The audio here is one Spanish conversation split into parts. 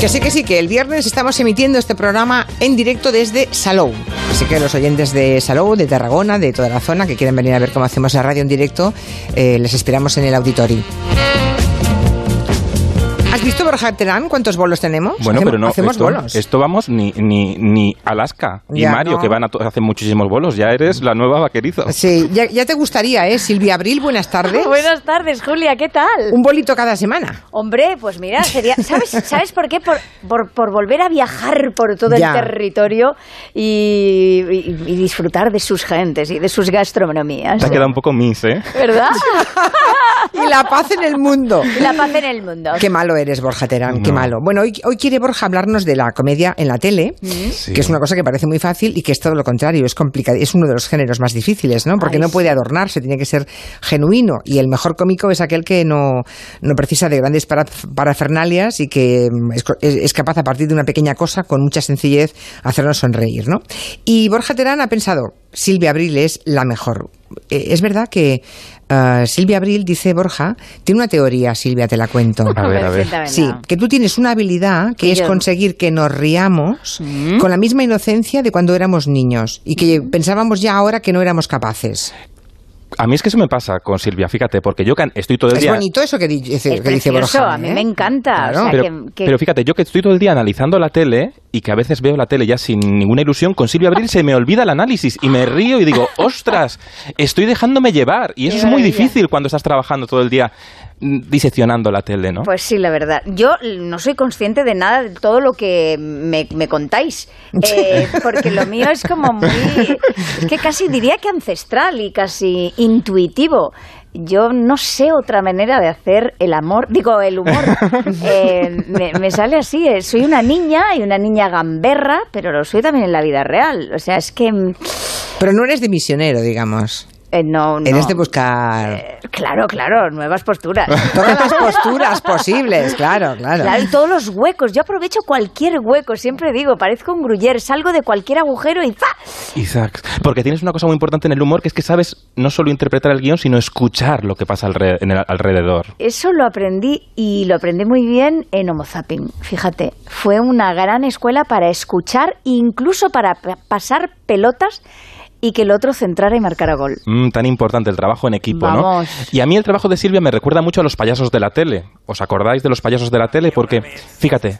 Que sí, que sí, que el viernes estamos emitiendo este programa en directo desde Salou. Así que los oyentes de Salou, de Tarragona, de toda la zona que quieren venir a ver cómo hacemos la radio en directo, eh, les esperamos en el auditorio. ¿Has visto, Borja Terán, cuántos bolos tenemos? Bueno, Pues Hacemos- pero no, Hacemos esto, bolos. esto vamos ni, ni, ni Alaska y Ya, Mario, no. que van a to- hacen muchísimos bolos. Ya eres la nueva vaqueriza. Sí, ya, ya te gustaría, ¿eh? Silvia Abril, buenas tardes. Buenas tardes, Julia, ¿qué tal? Un bolito cada semana. Hombre, pues mira, sería, ¿sabes, ¿sabes por qué? Por, por, por volver a viajar por todo Ya. el territorio y, y- y disfrutar de sus gentes y de sus gastronomías. Te ha quedado un poco mis, ¿eh? ¿Verdad? Y la paz en el mundo. La paz en el mundo. Qué malo eres, Borja Terán, qué No. malo. Bueno, hoy, hoy quiere Borja hablarnos de la comedia en la tele, Sí. que es una cosa que parece muy fácil y que es todo lo contrario, es complicado, es uno de los géneros más difíciles, ¿no? Porque Ay, no sí. puede adornarse, tiene que ser genuino y el mejor cómico es aquel que no, no precisa de grandes para- parafernalias y que mm, es, co- es- es capaz a partir de una pequeña cosa con mucha sencillez hacernos sonreír, ¿no? Y Borja Terán ha pensado, Silvia Abril es la mejor. Eh, Es verdad que ah, Silvia Abril, dice Borja, tiene una teoría, Silvia, te la cuento. A ver, a ver. Perfectamente. Sí, que tú tienes una habilidad que Que es yo no. Mm. conseguir que nos riamos con la misma inocencia de cuando éramos niños y que pensábamos ya ahora que no éramos capaces. A mí es que eso me pasa con Silvia, fíjate, porque yo can- estoy todo el Es día... bonito eso que, di- dice- Es que dice precioso, Borja. a mí ¿eh? me encanta, Claro. o sea, Pero, que- que- pero fíjate, yo que estoy todo el día analizando la tele y que a veces veo la tele ya sin ninguna ilusión, con Silvia Abril se me olvida el análisis y me río y digo, ostras, estoy dejándome llevar. Y eso Qué es muy maravilla. difícil cuando estás trabajando todo el día mm, diseccionando la tele, ¿no? Pues sí, la verdad. Yo no soy consciente de nada de todo lo que me, me contáis, Eh, porque lo mío es como muy... Es que casi diría que ancestral y casi intuitivo. Yo no sé otra manera de hacer el amor, digo, el humor. Eh, me, me sale así, eh, soy una niña y una niña gamberra, pero lo soy también en la vida real. O sea, es que... mm, Pero no eres de misionero, digamos. eh, no, no. Eres de buscar Eh, Claro, claro, nuevas posturas. todas las posturas posibles, claro, claro. Claro, y todos los huecos. Yo aprovecho cualquier hueco, siempre digo, parezco un gruyer, salgo de cualquier agujero y ¡fa! Isaac, porque tienes una cosa muy importante en el humor que es que sabes no solo interpretar el guión, sino escuchar lo que pasa alre- en el alrededor. Eso lo aprendí y lo aprendí muy bien en Homo Zapping. Fíjate, fue una gran escuela para escuchar, incluso para pa- pasar pelotas y que el otro centrara y marcara gol. Mm, tan importante el trabajo en equipo, Vamos. ¿no? Y a mí el trabajo de Silvia me recuerda mucho a los payasos de la tele. ¿Os acordáis de los payasos de la tele? Porque, fíjate,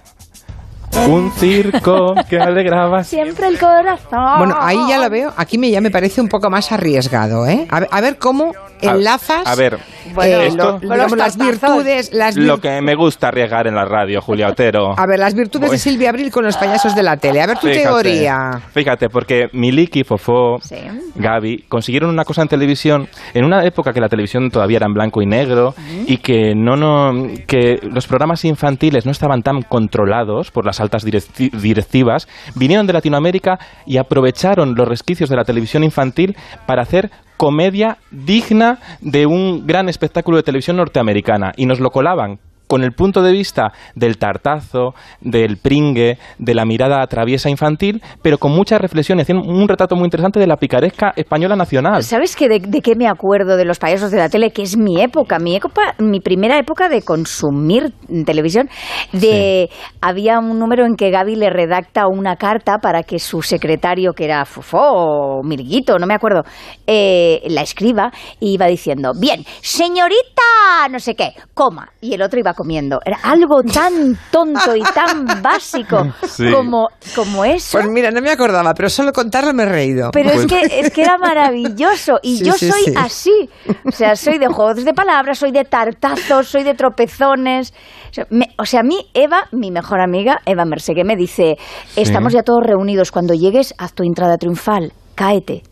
un circo que alegraba Siempre el corazón. Bueno, ahí ya lo veo. Aquí me, ya me parece un poco más arriesgado, ¿eh? A, ver- a ver cómo A- enlazas. a ver, eh, Bueno, lo- esto- digamos, las virtudes, las lo vir- que me gusta arriesgar en la radio, Julia Otero. A ver, las virtudes de Silvia Abril con los payasos de la tele. A ver tu teoría. Fíjate, porque Miliki, Fofó, Sí. Gaby consiguieron una cosa en televisión en una época que la televisión todavía era en blanco y negro y que no, no que los programas infantiles no estaban tan controlados por las altas directi- directivas, vinieron de Latinoamérica y aprovecharon los resquicios de la televisión infantil para hacer comedia digna de un gran espectáculo de televisión norteamericana y nos lo colaban con el punto de vista del tartazo, del pringue, de la mirada traviesa infantil, pero con muchas reflexiones. Hacían un retrato muy interesante de la picaresca española nacional. ¿Sabes que de, de qué me acuerdo de los payasos de la tele? Que es mi época, mi época, mi primera época de consumir televisión. De había un número en que Gaby le redacta una carta para que su secretario, que era Fofó o Mirguito, no me acuerdo, eh, la escriba y iba diciendo, bien, señorita, no sé qué, coma. Y el otro iba comiendo. Era algo tan tonto y tan básico Sí. como, como eso. Pues mira, no me acordaba, pero solo contarlo me he reído. Pero es Pues- que, es que era maravilloso. Y Sí, yo sí, soy sí. así. O sea, soy de juegos de palabras, soy de tartazos, soy de tropezones. O sea, me- o sea, a mí, Eva, mi mejor amiga, Eva Mersegué, me dice: Estamos ya todos reunidos. Cuando llegues, haz tu entrada triunfal. Cáete.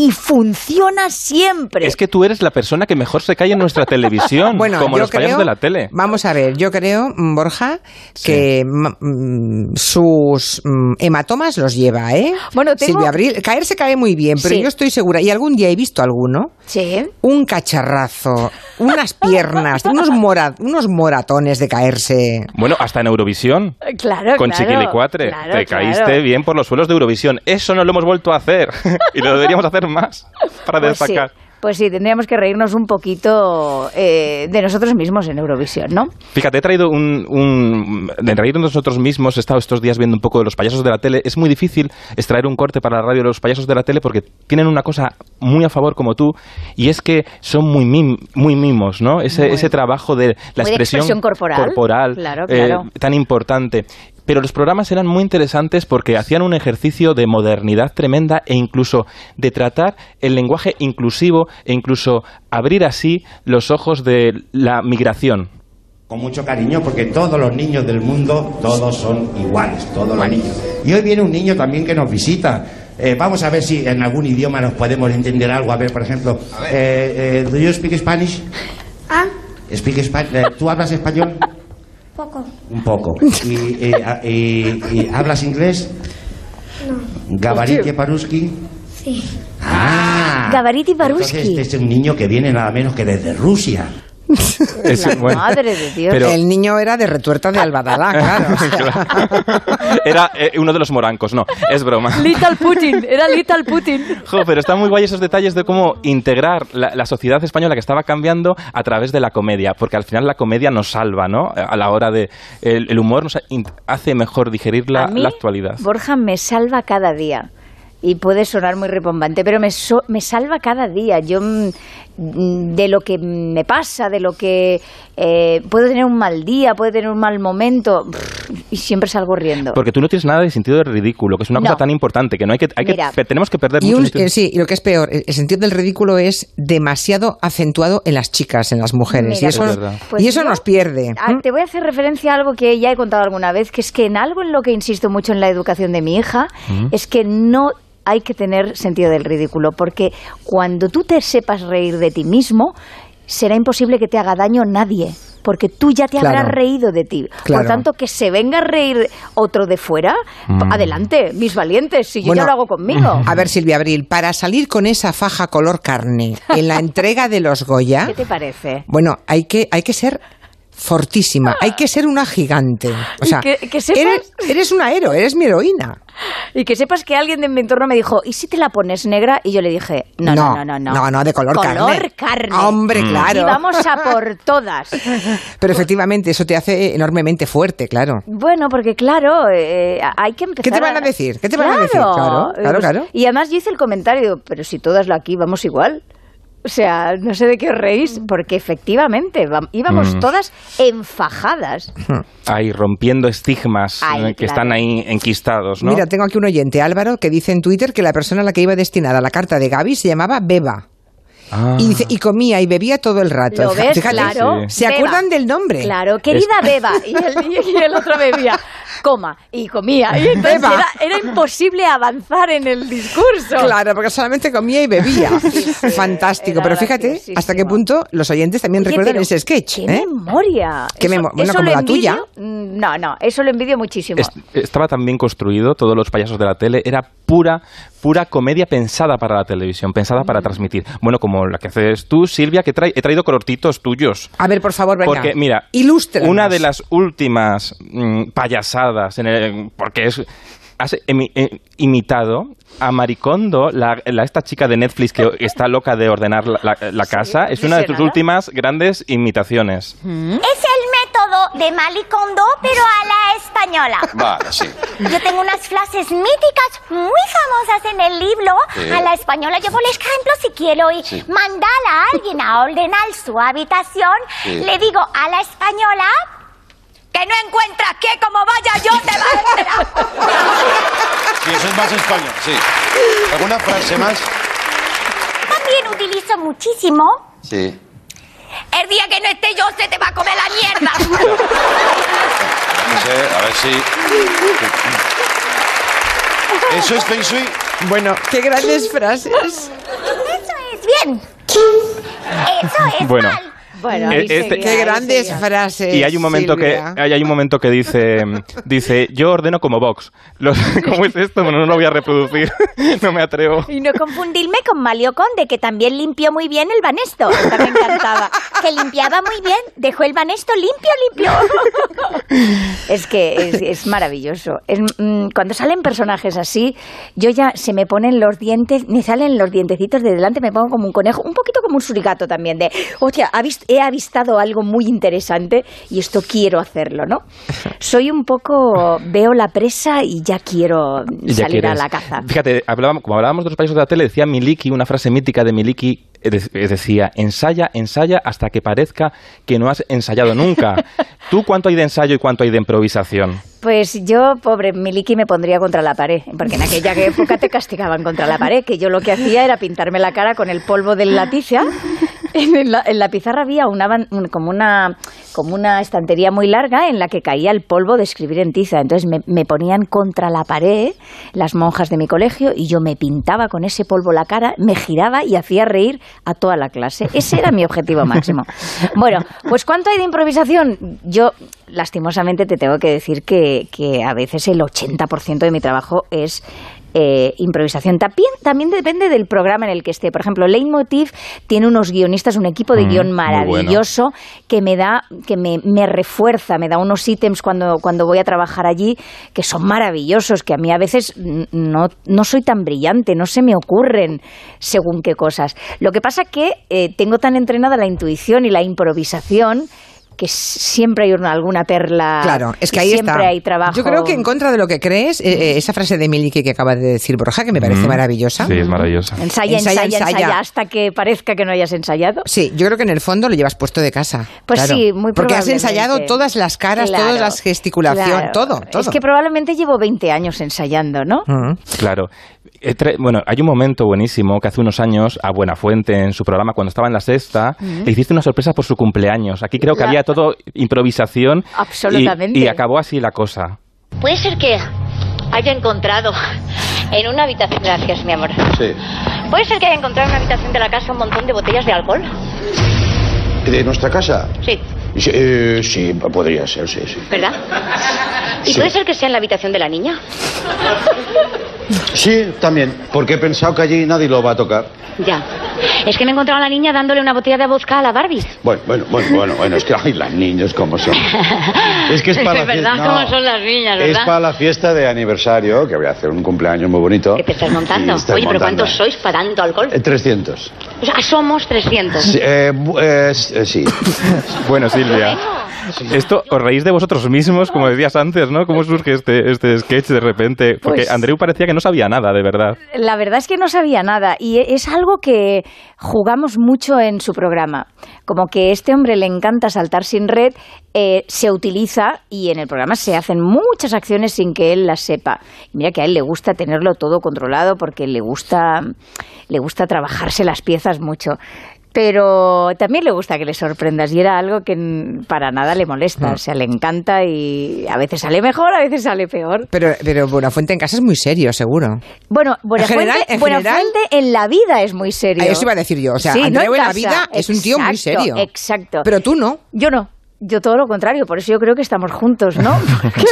Y funciona siempre. Es que tú eres la persona que mejor se cae en nuestra televisión, bueno, como yo los payasos creo- de la tele. Vamos a ver, yo creo, mm, Borja, que mm, mm, sus mm, hematomas los lleva, ¿eh? Bueno, tengo- Silvia Abril, caerse cae muy bien, pero Sí. yo estoy segura, y algún día he visto alguno, Sí. un cacharrazo, unas piernas, unos, mora- unos moratones de caerse. Bueno, hasta en Eurovisión. Claro, Con claro, Chiquilicuatre. claro, Te claro. caíste bien por los suelos de Eurovisión. Eso no lo hemos vuelto a hacer. y lo deberíamos hacer más para Pues sí, destacar. Pues sí, tendríamos que reírnos un poquito eh, de nosotros mismos en Eurovisión, ¿no? Fíjate, he traído un, un... De reír de nosotros mismos, he estado estos días viendo un poco de los payasos de la tele. Es muy difícil extraer un corte para la radio de los payasos de la tele porque tienen una cosa muy a favor como tú y es que son muy, mim, muy mimos, ¿no? Ese, Bueno. ese trabajo de la Muy de expresión, expresión corporal. Claro, eh, claro. tan importante. Pero los programas eran muy interesantes porque hacían un ejercicio de modernidad tremenda e incluso de tratar el lenguaje inclusivo e incluso abrir así los ojos de la migración. Con mucho cariño, porque todos los niños del mundo, todos son iguales, todos los niños. Y hoy viene un niño también que nos visita. Eh, vamos a ver si en algún idioma nos podemos entender algo. A ver, por ejemplo, eh, eh, ¿do you speak Spanish? Ah, Speak Spa- eh, ¿Tú hablas español? poco. Un poco. ¿Y, eh, a- y- y hablas inglés? No. ¿Gabariti Paruski? Sí. Ah. Gabariti Paruski. Entonces, este es un niño que viene nada menos que desde Rusia. Es- La bueno, madre de Dios. pero- El niño era de retuerta de Albadalá, claro. Era eh, uno de los morancos, no, es broma. Little Putin, era Little Putin. Jo, pero están muy guay esos detalles de cómo integrar la, la sociedad española que estaba cambiando a través de la comedia, porque al final la comedia nos salva, ¿no? A la hora de... El, el humor nos ha- in- hace mejor digerir la, A mí, la actualidad. Borja me salva cada día. Y puede sonar muy repombante, pero me, so- me salva cada día. Yo, mm, mm, de lo que me pasa, de lo que. eh, puedo tener un mal día, puedo tener un mal momento, y siempre salgo riendo. Porque tú no tienes nada de sentido de ridículo, que es una No. cosa tan importante, que no hay que... hay que- Mira. pe- tenemos que perder Y mucho un- sentido. eh, sí, y lo que es peor, el el sentido del ridículo es demasiado acentuado en las chicas, en las mujeres. Mira, y eso, Es verdad. Pues y eso yo- nos pierde. Ah, te voy a hacer referencia a algo que ya he contado alguna vez, que es que en algo en lo que insisto mucho en la educación de mi hija, Mm. es que no hay que tener sentido del ridículo, porque cuando tú te sepas reír de ti mismo, será imposible que te haga daño nadie, porque tú ya te Claro. habrás reído de ti. Claro. Por tanto, que se venga a reír otro de fuera, adelante, mis valientes, si Mm. yo Bueno, ya lo hago conmigo. A ver, Silvia Abril, para salir con esa faja color carne en la entrega de los Goya, ¿Qué te parece? bueno, hay que, hay que ser fortísima, hay que ser una gigante. O sea, Que- que sepas- eres, eres una héroe, eres mi heroína. Y que sepas que alguien de mi entorno me dijo, ¿y si te la pones negra? Y yo le dije, no, no, no, no. No, No, no, de color carne. Color carne. Hombre, claro. Y vamos a por todas. Pero efectivamente, eso te hace enormemente fuerte, claro. Bueno, porque claro, eh, hay que empezar. ¿Qué te van a decir? ¿Qué te van a decir? Claro, claro, Pues, claro. Y además yo hice el comentario, pero si todas lo aquí vamos igual. O sea, no sé de qué os Mm. reís, porque efectivamente va- íbamos Mm. todas enfajadas. Ahí, rompiendo estigmas Ay, eh, que claro. están ahí enquistados, ¿no? Mira, tengo aquí un oyente, Álvaro, que dice en Twitter que la persona a la que iba destinada la carta de Gaby se llamaba Beba. Ah. Y, dice- y comía y bebía todo el rato. ¿Lo ves? Fíjate, Claro. ¿Se Beba. acuerdan del nombre? Claro, querida beba. Y el, y el otro bebía, coma, y comía. Y entonces Beba. era, era imposible avanzar en el discurso. Claro, porque solamente comía y bebía. Fantástico. era Pero fíjate graciosísimo. hasta qué punto los oyentes también Oye, recuerdan pero ese sketch. ¡Qué ¿eh? memoria! Qué Eso- memo- bueno, eso como lo la envidio- tuya. Mm, No, no, eso lo envidio muchísimo. Est- estaba tan bien construido, todos los payasos de la tele, era pura, pura comedia pensada para la televisión, pensada Mm. para transmitir. Bueno, como la que haces tú, Silvia, que trae- he traído colortitos tuyos. A ver, por favor, Ah, venga. Porque, mira, Ilústranos. una de las últimas mm, payasadas, en el- porque es, has emi- eh, imitado a Maricondo, la, la- esta chica de Netflix que está loca de ordenar la, la- la casa, es una de tus visionada. últimas grandes imitaciones. Es el método de Malicondo, pero a la española. Vale, sí. Yo tengo unas frases míticas muy famosas en el libro. Sí. A la española, yo por ejemplo, si quiero ir, Sí. mandar a alguien a ordenar su habitación, Sí. le digo a la española... Que no encuentra que como vaya yo te va a esperar. Sí, eso es más español, sí. ¿Alguna frase más? También utilizo muchísimo. Sí. El día que no esté yo se te va a comer la mierda. No sé, a ver si. ¿Eso es Feng Shui? Bueno, qué grandes frases. Eso es bien. Eso es Bueno. mal. Bueno, Eh, ahí este- seguía, Qué ahí grandes seguía. frases. Y hay un momento Silvia. que hay, hay un momento que dice dice yo ordeno como Vox. Los- ¿Cómo es esto? Bueno, no lo voy a reproducir. No me atrevo. Y no confundirme con Malio Conde, que también limpió muy bien el banesto. Esta me encantaba. que limpiaba muy bien. Dejó el banesto limpio, limpio. Es que es, es maravilloso. Es, mm, cuando salen personajes así, yo ya se me ponen los dientes, me salen los dientecitos de delante, me pongo como un conejo, un poquito como un suricato también, de, hostia, ha vis- he avistado algo muy interesante y esto quiero hacerlo, ¿no? Soy un poco, veo la presa y ya quiero Y ya salir a quieres. la caza. Fíjate, hablábamos, como hablábamos de los payasos de la tele, decía Miliki, una frase mítica de Miliki, eh, de- eh, decía, ensaya, ensaya hasta que parezca que no has ensayado nunca. ¿Tú cuánto hay de ensayo y cuánto hay de improvisación? Pues yo, pobre Miliki, me pondría contra la pared, porque en aquella época te castigaban contra la pared, que yo lo que hacía era pintarme la cara con el polvo de la tiza. En la, en la pizarra había una, ban- un- como, una, como una estantería muy larga en la que caía el polvo de escribir en tiza. Entonces me, me ponían contra la pared las monjas de mi colegio y yo me pintaba con ese polvo la cara, me giraba y hacía reír a toda la clase. Ese era mi objetivo máximo. Bueno, pues ¿cuánto hay de improvisación? Yo, lastimosamente, te tengo que decir que, que a veces el 80% de mi trabajo es eh, improvisación. También, también depende del programa en el que esté. Por ejemplo, Leitmotiv tiene unos guionistas, un equipo de Mm, guión muy maravilloso que me da, que me, me refuerza, me da unos ítems cuando, cuando voy a trabajar allí que son maravillosos, que a mí a veces mm, no, no soy tan brillante, no se me ocurren según qué cosas. Lo que pasa que eh, tengo tan entrenada la intuición y la improvisación que s- siempre hay una- alguna perla. Claro, es que Ah, y ahí siempre está. hay trabajo. Yo creo que en contra de lo que crees, eh, eh, esa frase de Miliki que acaba de decir Borja, que me parece Mm. maravillosa. Sí, es maravillosa. Ensaya, Ensaya, ensaya, ensaya, ensaya. hasta que parezca que no hayas ensayado. Sí, yo creo que en el fondo lo llevas puesto de casa. Pues Claro. sí, muy Porque has probablemente. ensayado todas las caras, Claro, todas las gesticulación, claro. todo, todo. Es que probablemente llevo 20 años ensayando, ¿no? Mm. Claro. Eh, tra- Bueno, hay un momento buenísimo que hace unos años a Buenafuente en su programa cuando estaba en la sexta le hiciste una sorpresa por su cumpleaños. Aquí creo que Mm. La- había todo improvisación y- Absolutamente. y, acabó así la cosa. Mm. Puede ser que haya encontrado en una habitación. Gracias, mi amor. Sí. Puede ser que haya encontrado en una habitación de la casa un montón de botellas de alcohol. ¿De nuestra casa? Sí, Sí, eh, sí, podría ser, sí, sí. ¿verdad? Y Sí. puede ser que sea en la habitación de la niña. Sí, también, porque he pensado que allí nadie lo va a tocar. Ya. Es que me he encontrado a la niña dándole una botella de vodka a la Barbie. Bueno, bueno, bueno, bueno, bueno, es que ay, las niñas como son. Es que es para la verdad, fiesta. cómo son las niñas, Es ¿verdad? para la fiesta de aniversario, que voy a hacer un cumpleaños muy bonito. ¿Qué te estás Y montando? estoy Oye, pero montando. ¿cuántos sois para tanto alcohol? Eh, 300. O sea, somos 300. Sí, eh, bu- eh, s- eh, sí. Bueno, Silvia, esto os reís de vosotros mismos, como decías antes, ¿no? ¿Cómo surge este, este sketch de repente? Porque Pues- Andreu parecía que no sabía nada, de verdad. La verdad es que no sabía nada y e- es algo que jugamos mucho en su programa. Como que a este hombre le encanta saltar sin red, eh, se utiliza y en el programa se hacen muchas acciones sin que él las sepa. Y mira que a él le gusta tenerlo todo controlado porque le gusta, le gusta trabajarse las piezas mucho. Pero también le gusta que le sorprendas y era algo que n- para nada le molesta. O sea, le encanta y a veces sale mejor, a veces sale peor. Pero, pero Buenafuente en casa es muy serio, seguro. Bueno, Buenafuente general- en en, general- en la vida es muy serio. Ah, Eso iba a decir yo. O sea, Sí, no Andreu en la casa. vida es un tío muy Exacto, serio. Exacto. Pero tú no. Yo no. Yo todo lo contrario, por eso yo creo que estamos juntos, ¿no? Porque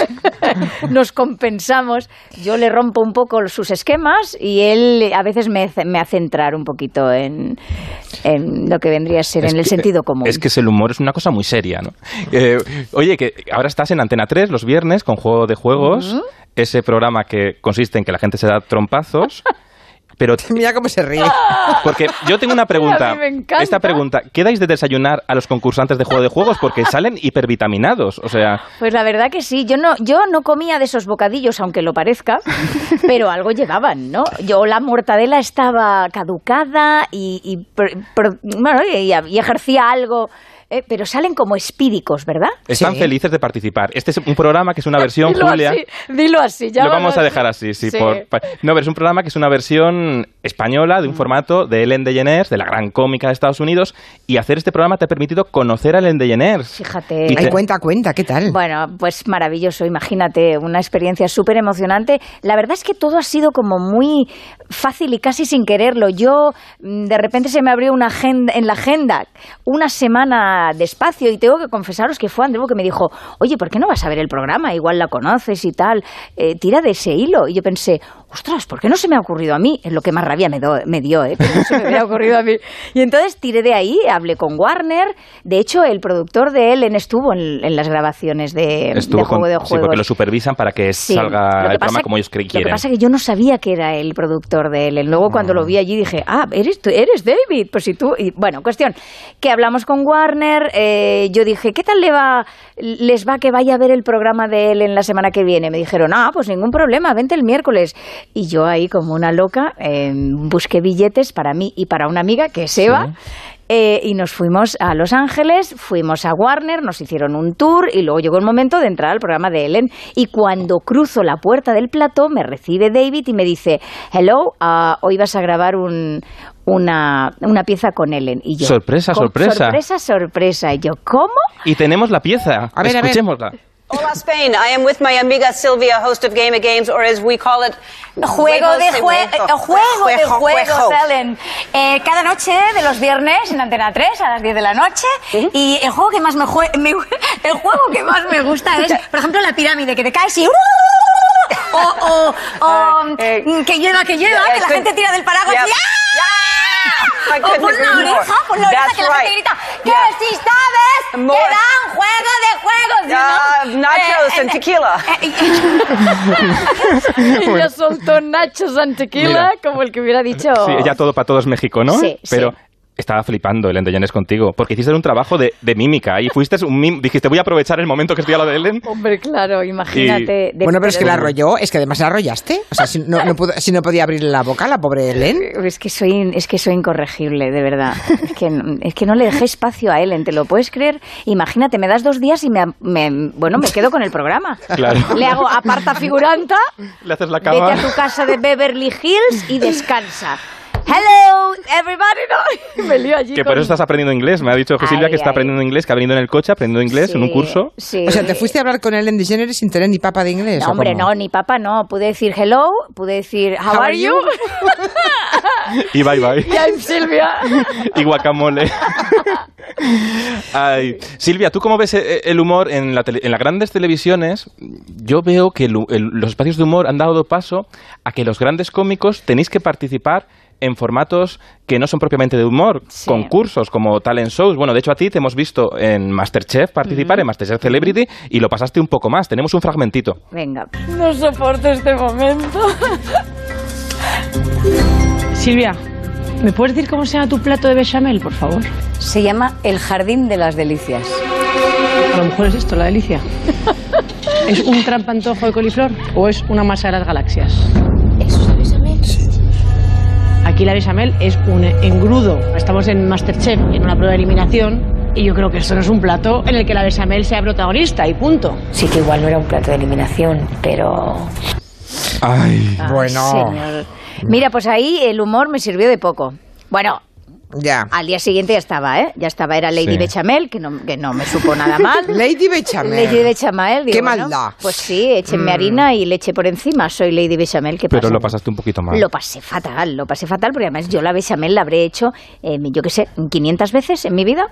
Nos compensamos. Yo le rompo un poco sus esquemas y él a veces me, hace- me hace entrar un poquito en, en lo que vendría a ser Es en el que- eh, sentido común. Es que es el humor es una cosa muy seria, ¿no? Eh, oye, que ahora estás en Antena 3 los viernes con Juego de Juegos, ese programa que consiste en que la gente se da trompazos, pero... Mira cómo se ríe. Ah. Porque yo tengo una A pregunta. mí me encanta. Esta pregunta, ¿qué dais de desayunar a los concursantes de Juego de Juegos? Porque salen hipervitaminados, o sea... Pues la verdad que sí. Yo no, yo no comía de esos bocadillos, aunque lo parezca, pero algo llevaban, ¿no? Yo la mortadela estaba caducada y, y pr- pr- bueno, y- y ejercía algo, eh, pero salen como espídicos, ¿verdad? Están Sí. felices de participar. Este es un programa que es una versión, dilo Eh, Julia... así, dilo así. Ya lo van vamos a dejar así, sí. Sí. por- pa- no, pero es un programa que es una versión española Mm. de un formato de Ellen DeGeneres, de la gran cómica de Estados Unidos, y hacer este programa te ha permitido conocer a Ellen DeGeneres. Fíjate. Ay, Y te- cuenta, cuenta, ¿qué tal? Bueno, pues maravilloso, imagínate, una experiencia súper emocionante. La verdad es que todo ha sido como muy fácil y casi sin quererlo. Yo mm, de repente se me abrió una agenda, en la agenda una semana despacio y tengo que confesaros que fue Andreu que me dijo, oye, ¿por qué no vas a ver el programa? Igual la conoces y tal, eh, tira de ese hilo. Y yo pensé, ostras, ¿por qué no se me ha ocurrido a mí? Es lo que más rabia me, do- me dio, ¿eh? Que no se me hubiera ocurrido a mí. Y entonces tiré de ahí, hablé con Warner. De hecho, el productor de Ellen estuvo en, en las grabaciones de, Estuvo de Juego con- de sí, Juegos. porque lo supervisan para que Sí. salga Lo que el pasa programa como ellos que- cre- quieren. Mm. Lo que pasa es que yo no sabía que era el productor de Ellen. Luego cuando lo vi allí dije, ah, eres tú, eres David. Pues si tú. Y, bueno, cuestión. Que hablamos con Warner. eh, yo dije, ¿qué tal le va, les va que vaya a ver el programa de Ellen la semana que viene? Me dijeron, ah, pues ningún problema, vente el miércoles. Y yo ahí, como una loca, eh, busqué billetes para mí y para una amiga que es Eva. Eh, y nos fuimos a Los Ángeles, fuimos a Warner, nos hicieron un tour y luego llegó el momento de entrar al programa de Ellen. Y cuando cruzo la puerta del plató, me recibe David y me dice, hello, ah, hoy vas a grabar un- una, una pieza con Ellen. Y yo, Sorpresa, "¿Cómo? sorpresa". Sorpresa, sorpresa. Y yo, ¿cómo? Y tenemos la pieza. A ver, a ver. Escuchémosla. Hola Spain, I am with my amiga Silvia, host of Game of Games, or as we call it, Juego de jue- eh, juego de Juego, juegos, juego. Ellen. Eh, cada noche de los viernes en Antena 3 a las 10 de la noche. ¿Sí? Y el juego que más me, jue- me- el juego que más me gusta es, por ejemplo, la pirámide que te caes y o, o- o, Eh, eh, que lleva, que lleva, eh, que la could- gente tira del paraguas Yep. y ¡ah! Yeah. I O por couldn't la agree more. oreja, por la oreja That's que la gente right. grita que Yeah. si sabes More- que dan juego de juegos. you Ah, know? nachos Eh, and eh, eh, tequila. Y eh, yo soltó nachos and tequila, Mira. como el que hubiera dicho. Sí, ya todo para todos México, ¿no? Sí, Pero sí. estaba flipando Ellen DeGeneres contigo, porque hiciste un trabajo de, de mímica y fuiste un mim- dijiste voy a aprovechar el momento que estoy a lo de Ellen. Hombre, claro, imagínate. de- Bueno, pero es que la de- arrolló, es que además la arrollaste. O sea, si no, no pudo- si no podía abrir la boca, la pobre Ellen. Es que soy in- es que soy incorregible, de verdad. Es que, n- es que no le dejé espacio a Ellen, ¿te lo puedes creer? Imagínate, me das dos días y me, am- me- bueno, me quedo con el programa. Claro. Le hago aparta figuranta, Le haces la vete cama. a tu casa de Beverly Hills y descansa. Hello, everybody. ¿no? Y Me lío allí Que por con- eso estás aprendiendo inglés. Me ha dicho Ay, Silvia que está ay. aprendiendo inglés, que ha venido en el coche aprendiendo inglés en un Sí, curso. sí. O sea, te fuiste a hablar con Ellen DeGeneres sin tener ni papa de inglés. No, ¿o hombre, cómo? no, ni papá no. Pude decir hello, pude decir how, How are are you, Y bye bye. y I'm Silvia. y guacamole. Ay, Silvia, ¿tú cómo ves eh, el humor en, la tele- en las grandes televisiones? Yo veo que el hu- el- los espacios de humor han dado paso a que los grandes cómicos tenéis que participar en formatos que no son propiamente de humor, Sí. concursos como talent shows. Bueno, de hecho a ti te hemos visto en Masterchef participar, en Masterchef Celebrity, y lo pasaste un poco más. Tenemos un fragmentito. Venga. No soporto este momento. Silvia, ¿me puedes decir cómo se llama tu plato de bechamel, por favor? Se llama El Jardín de las Delicias. A lo mejor es esto, la delicia. ¿Es un trampantojo de coliflor o es una masa de las galaxias? ¿Eso es bechamel? Aquí la bechamel es un engrudo. Estamos en Masterchef, en una prueba de eliminación, y yo creo que esto no es un plato en el que la bechamel sea protagonista, y punto. Sí que igual no era un plato de eliminación, pero Ay. Bueno. Ah, Señor. Mira, pues ahí el humor me sirvió de poco. Bueno, Ya. al día siguiente ya estaba, ¿eh? Ya estaba, era Lady Sí. Bechamel, que no, que no me supo nada mal. Lady Bechamel. Lady Bechamel, digo, Qué bueno, maldad. pues sí, échenme harina y leche por encima. Soy Lady Bechamel, ¿qué Pero pasa? lo pasaste un poquito mal. Lo pasé fatal, lo pasé fatal, porque además yo la bechamel la habré hecho, eh, yo qué sé, 500 veces en mi vida.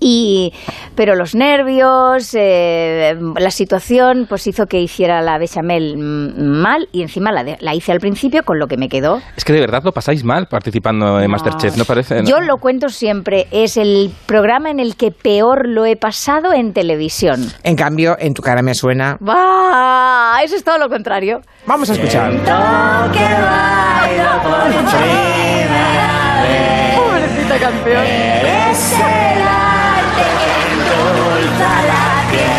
Y, pero los nervios, eh, la situación, pues hizo que hiciera la bechamel mm, mal y encima la, de- la hice al principio, con lo que me quedó. Es que de verdad lo pasáis mal participando en Masterchef, ¿no parece? Yo lo cuento siempre, es el programa en el que peor lo he pasado en televisión. En cambio, en tu cara me suena. ¡Bah! Eso es todo lo contrario. Vamos a escuchar. Pobrecita campeón.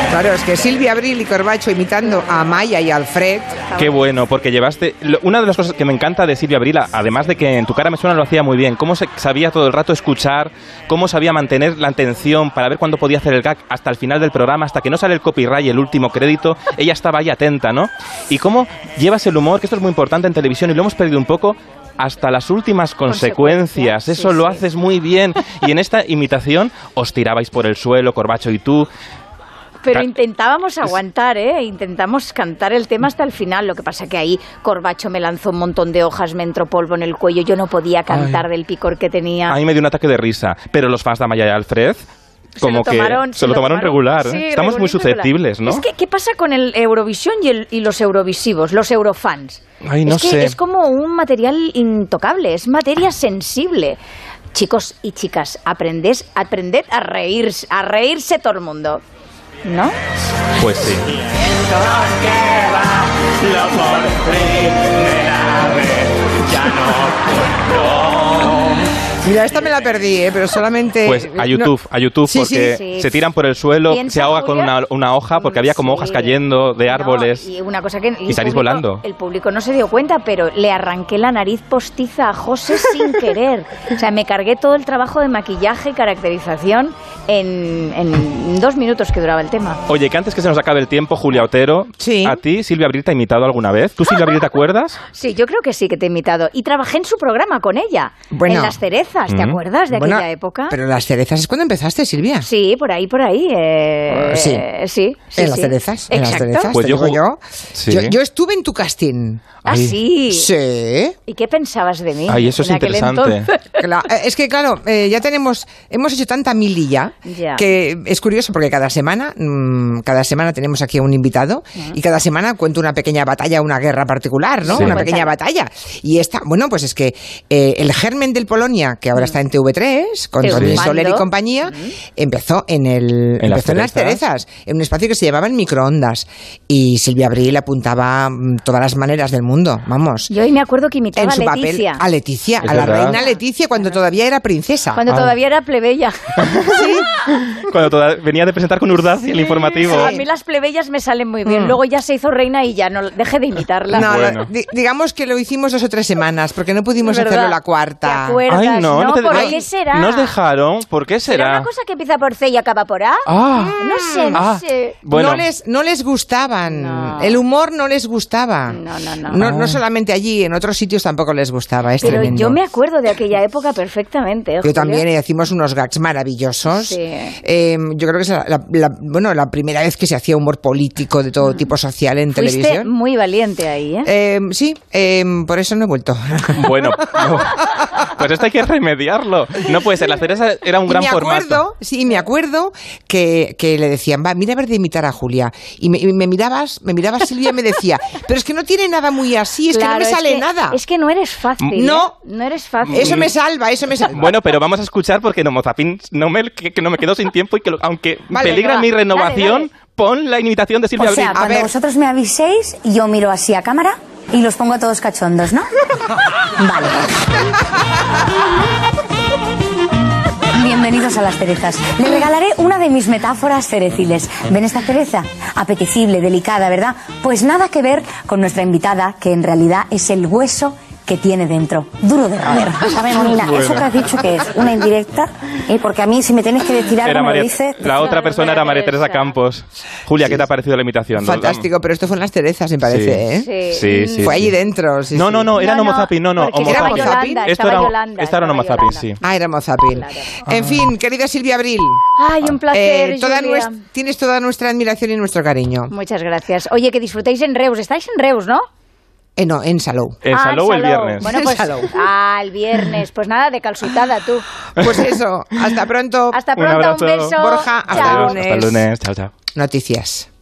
Claro, es que Silvia Abril y Corbacho imitando a Maya y Alfred. Qué bueno, porque llevaste. lo- una de las cosas que me encanta de Silvia Brila, además de que en tu cara me suena lo hacía muy bien, cómo se, sabía todo el rato escuchar, cómo sabía mantener la atención para ver cuándo podía hacer el gag hasta el final del programa, hasta que no sale el copyright y el último crédito, ella estaba ahí atenta, ¿no? Y cómo llevas el humor, que esto es muy importante en televisión y lo hemos perdido un poco, hasta las últimas consecuencias. Consecuencias, Eso sí, lo sí. haces muy bien. Y en esta imitación os tirabais por el suelo, Corbacho y tú. Pero Ca- intentábamos aguantar, ¿eh? Intentamos cantar el tema hasta el final. Lo que pasa que ahí Corbacho me lanzó un montón de hojas, me entró polvo en el cuello. Yo no podía cantar del picor que tenía. A mí me dio un ataque de risa, pero los fans de Amaya y Alfred como que se lo tomaron regular. Sí, ¿eh? Estamos muy regular, regular. susceptibles, ¿no? Es que, ¿qué pasa con el Eurovisión y, el- y los eurovisivos, los eurofans? Ay, no es que sé. es como un material intocable, es materia sensible. Chicos y chicas, aprended, aprended a reírse, a reírse todo el mundo. ¿No? Pues sí. Mira, esta me la perdí, ¿eh? pero solamente... Pues a YouTube, no- a YouTube, Sí, sí, porque sí. se tiran por el suelo, Piensa, se ahoga con Julia. una, una hoja, porque había como hojas Sí. cayendo de No, árboles. y una cosa que el Y salís público- volando. El público no se dio cuenta, pero le arranqué la nariz postiza a José sin querer. O sea, me cargué todo el trabajo de maquillaje y caracterización en, en dos minutos que duraba el tema. Oye, que antes que se nos acabe el tiempo, Julia Otero, Sí. a ti Silvia Abril te ha imitado alguna vez. ¿Tú, Silvia Abril, te acuerdas? Sí, yo creo que sí que te he imitado. Y trabajé en su programa con ella. Bueno. En las cerezas, ¿te Mm. acuerdas de Bueno, aquella época? Pero las cerezas es cuando empezaste, Silvia. Sí, por ahí, por ahí. eh, Ah, sí. sí, sí, en las sí. cerezas, en las Exacto. cerezas, Pues te yo digo ju- yo. Sí. yo. yo estuve en tu casting. Ah, sí. Sí. ¿Y qué pensabas de mí? Ay, eso es en aquel interesante. entonces? Cla- eh, es que claro, eh, ya tenemos, hemos hecho tanta mililla Ya. que es curioso porque cada semana, mm, cada semana tenemos aquí a un invitado y cada semana cuento una pequeña batalla, una guerra particular, ¿no? Sí. Una Cuéntala. pequeña batalla. Y esta, bueno, pues es que eh, el germen del Polonia, que ahora Mm. está en TV3, con Triunfando. Tony Soler y compañía, empezó en el, En las empezó en las cerezas. cerezas, en un espacio que se llamaba en microondas. Y Silvia Abril apuntaba mm, todas las maneras del mundo, vamos. Yo hoy me acuerdo que En imitaba su a papel Leticia. a Leticia, Es a la verdad. reina Leticia cuando todavía era princesa. Cuando Ah. todavía era plebeya. Cuando toda- venía de presentar con Urdaci el informativo. A mí las plebeyas me salen muy bien. Luego ya se hizo reina y ya no dejé de imitarla. No, Ah, Bueno. no, di- digamos que lo hicimos dos o tres semanas porque no pudimos ¿Verdad? hacerlo la ¿Te cuarta. acuerdas? Ay, no, no, te ¿Por ay, qué será? no os dejaron. ¿Por qué ¿Será será? una cosa que empieza por C y acaba por A? Ah. No sé, no Ah, sé. Bueno, No, les, no les gustaban. No. El humor no les gustaba. No, no, no. Ah. no solamente allí, en otros sitios tampoco les gustaba. Es Pero tremendo. yo me acuerdo de aquella época perfectamente. ¿eh, Yo Julia? también eh, hicimos unos gags maravillosos. Sí. Eh, yo creo que es la, la- la- bueno, la primera vez que se hacía humor político de todo tipo social en Mm. Fuiste televisión. muy valiente ahí, ¿eh? Eh, sí, eh, por eso no he vuelto. bueno. no. Pues esto hay que remediarlo. No puede ser. La cereza era un Y gran me formato. acuerdo, sí, me acuerdo que, que le decían, va, mira a ver de imitar a Julia. Y me, y me mirabas, me mirabas Silvia y me decía, pero es que no tiene nada muy así, es Claro, que no me sale nada. Es que no eres fácil. ¿eh? No. No eres fácil. Eso me salva, eso me salva. Bueno, pero vamos a escuchar porque no, Mozapín, no me, que, que no me quedo sin tiempo y que lo- aunque Vale, peligra va. mi Dale, renovación, pon la imitación de Silvia O sea, Abril. cuando ver. vosotros me aviséis, yo miro así a cámara y los pongo a todos cachondos, ¿no? Vale. Bienvenidos a las cerezas. Le regalaré una de mis metáforas cereciles. ¿Ven esta cereza? Apetecible, delicada, ¿verdad? Pues nada que ver con nuestra invitada, que en realidad es el hueso que tiene dentro. Duro de roer. Ah. ¿Sabes, Molina? Eso que has dicho que es una indirecta. ¿eh? Porque a mí, si me tenéis que decir algo, Era me María- lo dices. la otra persona era María Teresa Campos. Julia, ¿qué te ha parecido la imitación? Fantástico, pero esto fue en las cerezas, me parece, ¿eh? Sí. Sí, sí, Fue sí. allí dentro. sí, no, sí. no, no, era no, No, no, Mozapin, no, no. porque Homo estaba Zapin. Yolanda, Esto estaba era, Yolanda, esta era estaba Homo Zapin, Yolanda. sí. Ah, era Mozapil. En fin, querida Silvia Abril, Ay, un placer, eh, toda Julia. nues- tienes toda nuestra admiración y nuestro cariño. Muchas gracias. Oye, que disfrutéis en Reus. Estáis en Reus, ¿no? Eh, no, en Salou. En Ah, Salou el viernes. Bueno, En pues, Salou. Ah, el viernes. Pues nada, de calzutada tú. Pues eso, hasta pronto. Hasta Un pronto, un, abrazo. beso. Borja, hasta Chao. Adiós, lunes. Hasta el lunes. Chao, chao. Noticias.